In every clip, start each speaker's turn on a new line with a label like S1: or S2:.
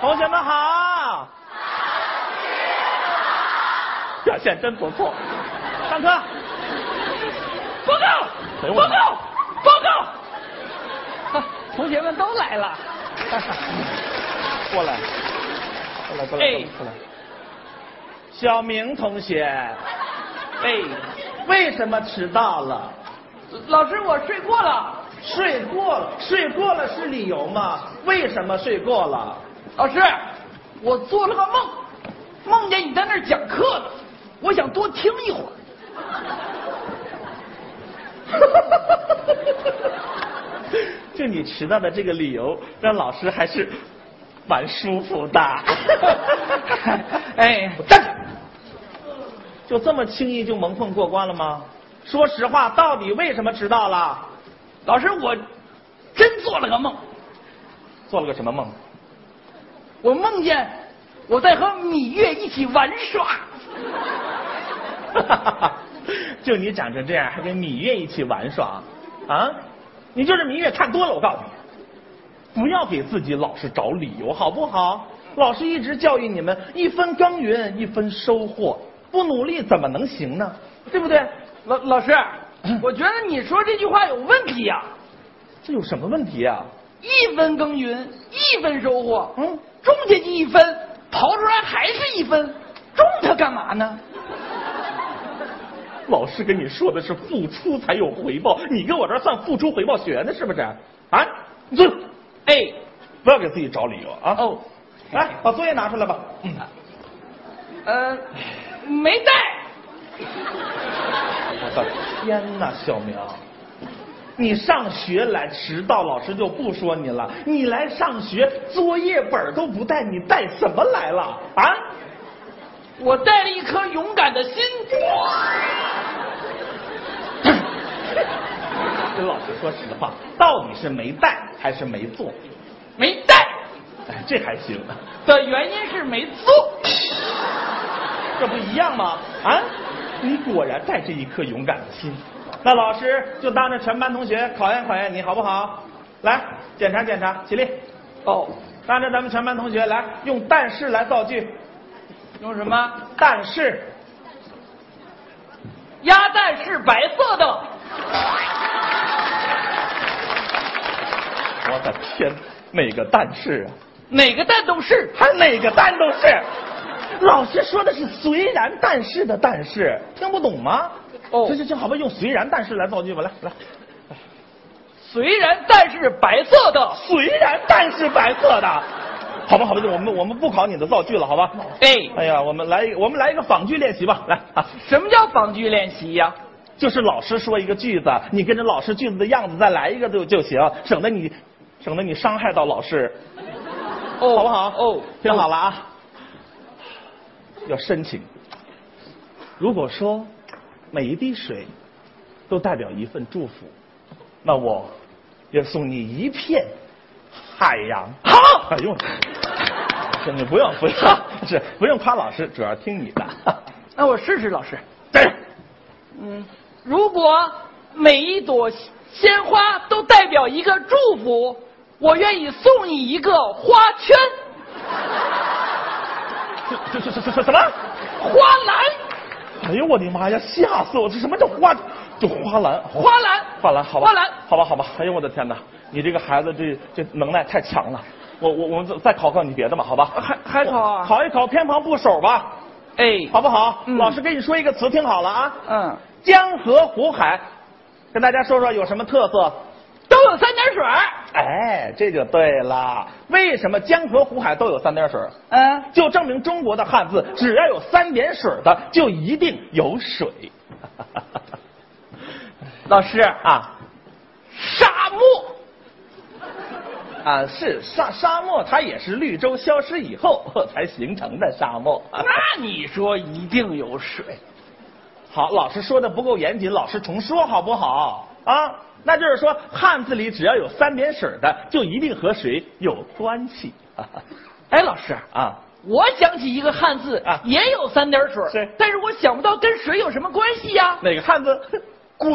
S1: 同学们好，表现真不错。上课，
S2: 报告，
S1: 等会
S2: 报
S1: 儿
S2: 告，报告，
S3: 同学们都来了，
S1: 过来，过来，过来，
S2: 哎
S1: 过来。小明同学，
S2: 哎，
S1: 为什么迟到了？
S3: 老师我睡过了，
S1: 睡过了，睡过了是理由吗？为什么睡过了？
S3: 老师，我做了个梦，梦见你在那儿讲课了，我想多听一会儿。
S1: 就你迟到的这个理由，让老师还是蛮舒服的。
S3: 哎，
S1: 站着！就这么轻易就蒙混过关了吗？说实话，到底为什么迟到了？
S3: 老师我真做了个梦，
S1: 做了个什么梦？
S3: 我梦见我在和芈月一起玩耍，
S1: 就你长成这样，还跟芈月一起玩耍，啊？你就是芈月看多了，我告诉你，不要给自己老是找理由，好不好？老师一直教育你们，一分耕耘一分收获，不努力怎么能行呢？对不对？
S3: 老老 师，我觉得你说这句话有问题啊呀、
S1: 这有什么问题啊？
S3: 一分耕耘一分收获，
S1: 嗯，
S3: 种下去一分，刨出来还是一分，种它干嘛呢？
S1: 老师跟你说的是付出才有回报，你跟我这儿算付出回报学呢，是不是？啊，你坐，
S3: 哎，
S1: 不要给自己找理由啊！
S3: 哦，
S1: 来，把作业拿出来吧。嗯，
S3: 呃，没带，
S1: 我的天哪，小明，你上学来迟到，老师就不说你了。你来上学，作业本儿都不带，你带什么来了啊？
S3: 我带了一颗勇敢的心。
S1: 跟老师说实话，到底是没带还是没做？
S3: 没带
S1: 哎，这还行，
S3: 的原因是没做。
S1: 这不一样吗？啊，你果然带着一颗勇敢的心。那老师就当着全班同学考验考验你好不好？来，检查检查，起立。
S3: 哦，
S1: 当着咱们全班同学来用但是来造句，
S3: 用什么？
S1: 但是
S3: 鸭蛋是白色的。
S1: 我的天，哪个但是啊？
S3: 哪个蛋都是。
S1: 还哪个但都是。老师说的是虽然但是的但是，听不懂吗？
S3: 哦
S1: 行行行，好吧，用虽然但是来造句吧，来来，
S3: 虽然蛋是白色的，
S1: 虽然但是白色的，好吧好吧，我们我们不考你的造句了，好吧？
S3: 哎，
S1: 哎呀，我们来一个我们来一个仿句练习吧，来啊，
S3: 什么叫仿句练习呀、
S1: 就是老师说一个句子，你跟着老师句子的样子再来一个就就行，省得你省得你伤害到老师。
S3: 哦，
S1: 好不好？
S3: 哦，
S1: 听好了啊，哦要深情。如果说每一滴水都代表一份祝福，那我也送你一片海洋。
S3: 好
S1: 哎呦，真的不用不用，是不用夸老师，主要听你的。
S3: 那我试试，老师。
S1: 站着，
S3: 嗯，如果每一朵鲜花都代表一个祝福，我愿意送你一个花圈、
S1: 这这这这这什么？
S3: 花篮、
S1: 哎呦我的妈呀！吓死我！这什么叫花？这花篮？
S3: 花篮、
S1: 花篮，好吧，
S3: 花篮。
S1: 好吧，好吧。哎呦，我的天哪，你这个孩子这这能耐太强了。我我我们再再考考你别的吧，好吧？
S3: 还还考啊
S1: 考一考偏旁部首吧，
S3: 哎，
S1: 好不好？
S3: 嗯
S1: 老师跟你说一个词，听好了啊。
S3: 嗯，
S1: 江河湖海，跟大家说说有什么特色？
S3: 都有三点水儿。
S1: 哎，这就对了。为什么江河湖海都有三点水？
S3: 嗯，
S1: 就证明中国的汉字只要有三点水的，就一定有水。
S3: 老师，
S1: 啊。
S3: 沙漠。
S1: 啊，是沙沙漠，它也是绿洲消失以后 呵才形成的沙 漠。
S3: 那你说一定有水？
S1: 好，老师说的不够严谨，老师重说好不好？啊，那就是说汉字里只要有三点水的，就一定和水有关系。
S3: 哎，老师，
S1: 啊，
S3: 我想起一个汉字
S1: 啊
S3: 也有三点水，
S1: 是
S3: 但是我想不到跟水有什么关系呀、
S1: 哪个汉字？ 滚！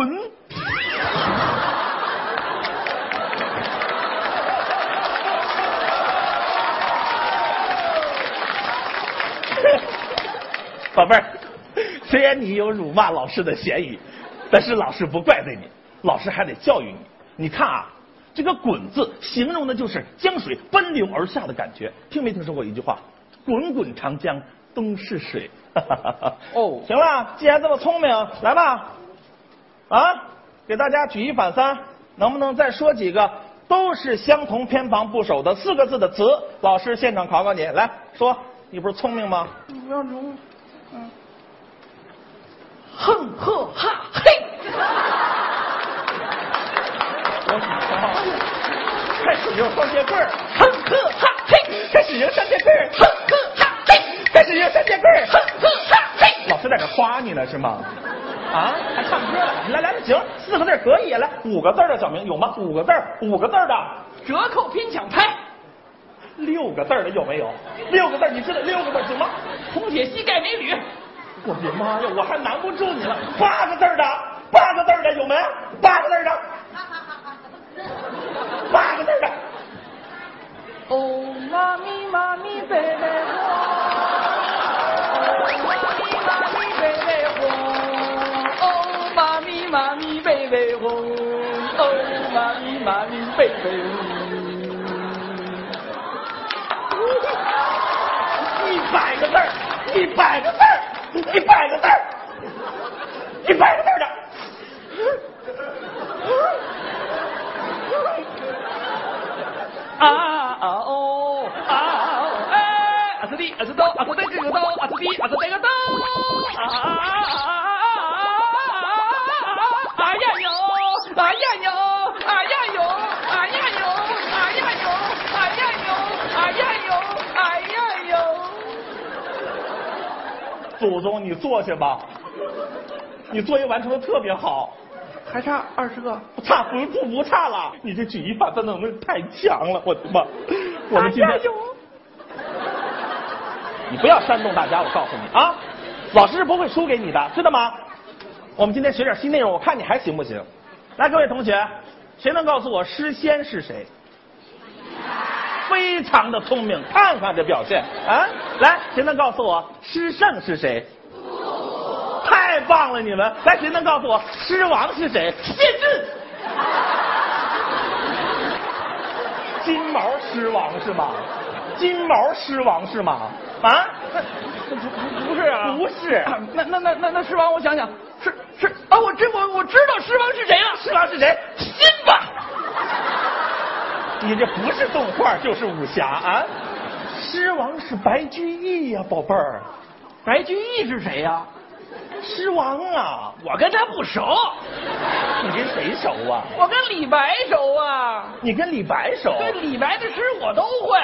S1: 宝贝儿，虽然你有辱骂老师的嫌疑，但是老师不怪罪你，老师还得教育你。你看啊，这个“滚”字形容的就是江水奔流而下的感觉。听没听说过一句话？“滚滚长江东逝水。”
S3: 哦
S1: 行了，既然这么聪明，来吧，啊，给大家举一反三，能不能再说几个都是相同偏旁部首的四个字的词？老师现场考考你，来说，你不是聪明吗？
S3: 哼呵哈嘿，
S1: 我想到， 开始用双截棍儿，
S3: 啊
S1: 嗯
S3: 哼呵哈嘿，
S1: 开始用双截棍儿，嗯
S3: 哼呵哈嘿，
S1: 开始用双截棍儿。
S3: 哼呵哈嘿，
S1: 老师在这夸你呢是吗？啊，还唱歌了？来来，行，四个字儿可以，来五个字儿的小明有吗？五个字儿，五个字儿的。
S3: 折扣拼抢拍，
S1: 六个字儿的有没有？六个字儿，你知道六个字儿行吗？
S3: 红铁膝盖美女，
S1: 我的妈呀，我还难不住你了。八个字儿的，八个字儿的有没？八个字儿的，八个字儿的，
S3: 哦妈咪妈咪贝贝火，哦妈咪妈咪贝贝火，哦妈咪妈咪贝贝火，
S1: 一百个字儿，一百个字儿，一百个字儿，一百个字儿的。
S3: 啊啊哦啊哦哎，啊是的，啊是刀，啊是带这个刀，啊是的，啊是带个刀，啊啊啊啊啊啊啊呀哟，啊呀哟，啊呀哟，啊呀哟，啊呀哟，啊呀哟，啊呀哟，啊呀哟，
S1: 祖宗，你坐下吧，你作业完成的特别好。
S3: 还差二十个。
S1: 差不不不差了，你这举一反三的能力太强了，我的妈！我们今天、
S3: 哎呀哟
S1: 你不要煽动大家，我告诉你啊，老师是不会输给你的，知道吗？我们今天学点新内容，我看你还行不行？来，各位同学，谁能告诉我诗仙是谁？非常的聪明，看看这表现啊！来，谁能告诉我诗圣是谁？太棒了，你们！来，谁能告诉我狮王是谁？谢志，金毛狮王是吗？金毛狮王是吗？啊？
S3: 不是啊，
S1: 不是，
S3: 那那那那那狮王，我想想，是是啊，我知我我知道狮王是谁了，
S1: 狮王是谁？
S3: 辛巴。
S1: 你这不是动画就是武侠啊！狮王是白居易呀、宝贝儿，
S3: 白居易是谁呀、
S1: 狮王啊！
S3: 我跟他不熟，
S1: 你跟谁熟啊？
S3: 我跟李白熟啊。
S1: 你跟李白熟？
S3: 对李白的诗我都会。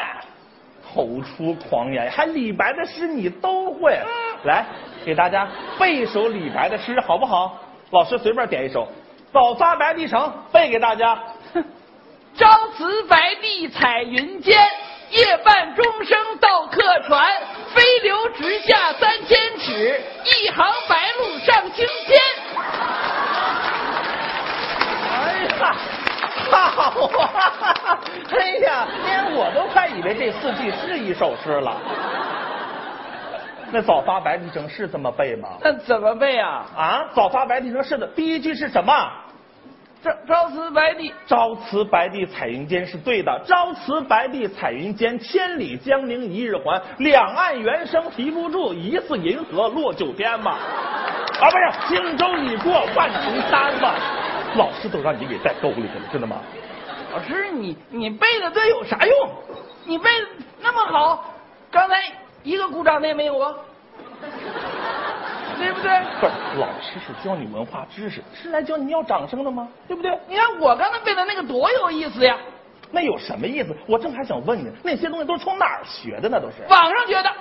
S1: 口出狂言，还李白的诗你都会。
S3: 嗯
S1: 来，给大家背一首李白的诗，好不好？老师随便点一首，《早发白帝城》背给大家。
S3: 朝辞白帝彩云间，夜半钟声到客船。飞流直下三千尺，一行白鹭上青天。
S1: 哎呀，好啊！哎呀，连我都快以为这四句是一首诗了。那《早发白帝城》是这么背吗？
S3: 那呃怎么背啊？
S1: 啊，《早发白帝城》是的，第一句是什么？
S3: 朝朝辞白帝，
S1: 朝辞白帝彩云间是对的，朝辞白帝彩云间，千里江陵一日还，两岸猿声啼不住，疑似银河落九天嘛。啊，不是，轻舟已过万重山嘛。老师都让你给带沟里去了，知道吗？哎
S3: 老师你你背的对有啥用？你背的那么好，刚才一个鼓掌的也没有啊， 对不对？
S1: 不是，老师是教你文化知识，是来教你要掌声的吗？对不对？
S3: 你看我刚才背的那个多有意思呀！
S1: 那有什么意思？我正还想问呢，那些东西都是从哪儿学的呢？都是
S3: 网上学的，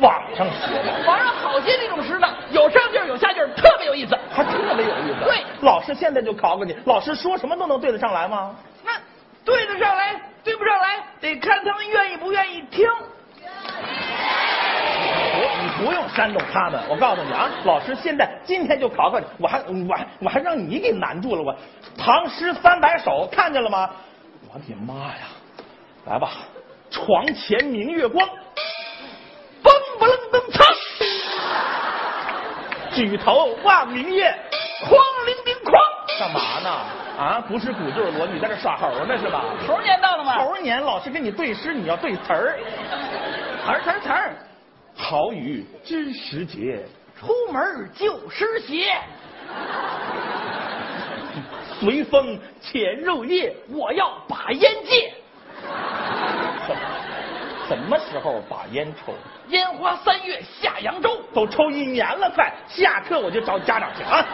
S1: 网上学的。
S3: 网上好些这种诗呢，有上句儿有下句儿，特别有意思。
S1: 还特别有意思。
S3: 对
S1: 老师现在就考考你，老师说什么都能对得上来吗？
S3: 那对得上来，对不上来，得看他们愿意不愿意听。
S1: 不，你不用煽动他们。我告诉你啊，老师现在今天就考考你，我还我还我还让你给难住了。我《唐诗三百首》看见了吗？我的妈呀！来吧，床前明月光，
S3: 嘣不楞登噌，
S1: 举头望明月。
S3: 哐铃叮哐。
S1: 干嘛呢？啊，不是鼓就是锣，你在这耍猴呢是吧？
S3: 猴年到了吗？
S1: 猴年老师跟你对诗，你要对词儿，词儿词儿词儿。好雨知时节，
S3: 出门就湿鞋，
S1: 随风潜入夜。
S3: 我要把烟戒，
S1: 什什么时候把烟抽？
S3: 烟花三月下扬州。
S1: 都抽一年了快，下课我就找家长去啊！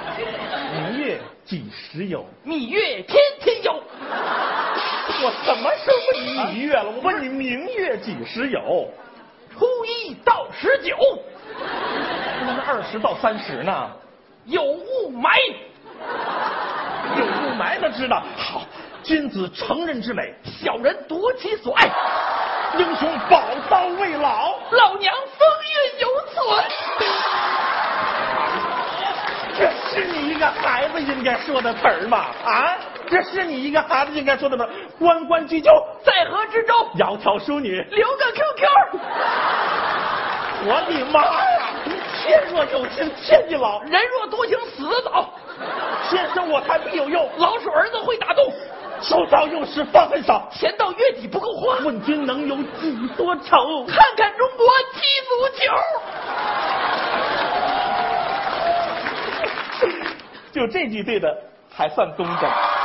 S1: 明月几时有？
S3: 蜜月天天有，
S1: 我什么时候问你明月了？我问你明月几时有？
S3: 嗯初一到十九
S1: 那那二十到三十呢？
S3: 有雾霾，
S1: 有雾霾他知道。好，君子成人之美，
S3: 小人夺其所爱，
S1: 英雄宝刀未老。
S3: 老娘风韵犹存。
S1: 这是你一个孩子应该说的词儿吗？啊，这是你一个孩子应该说的词儿。关关雎鸠，
S3: 在河之洲
S1: 窈窕淑女。
S3: 留个 QQ，
S1: 我的妈呀！天若有情天亦老，
S3: 人若多情死得早，
S1: 先生我才必有用。
S3: 老鼠儿子会打洞，
S1: 手早有时方恨少，
S3: 钱到月底不够花。
S1: 问君能有几多愁？
S3: 看看中国踢足球，
S1: 就这句对的还算工整。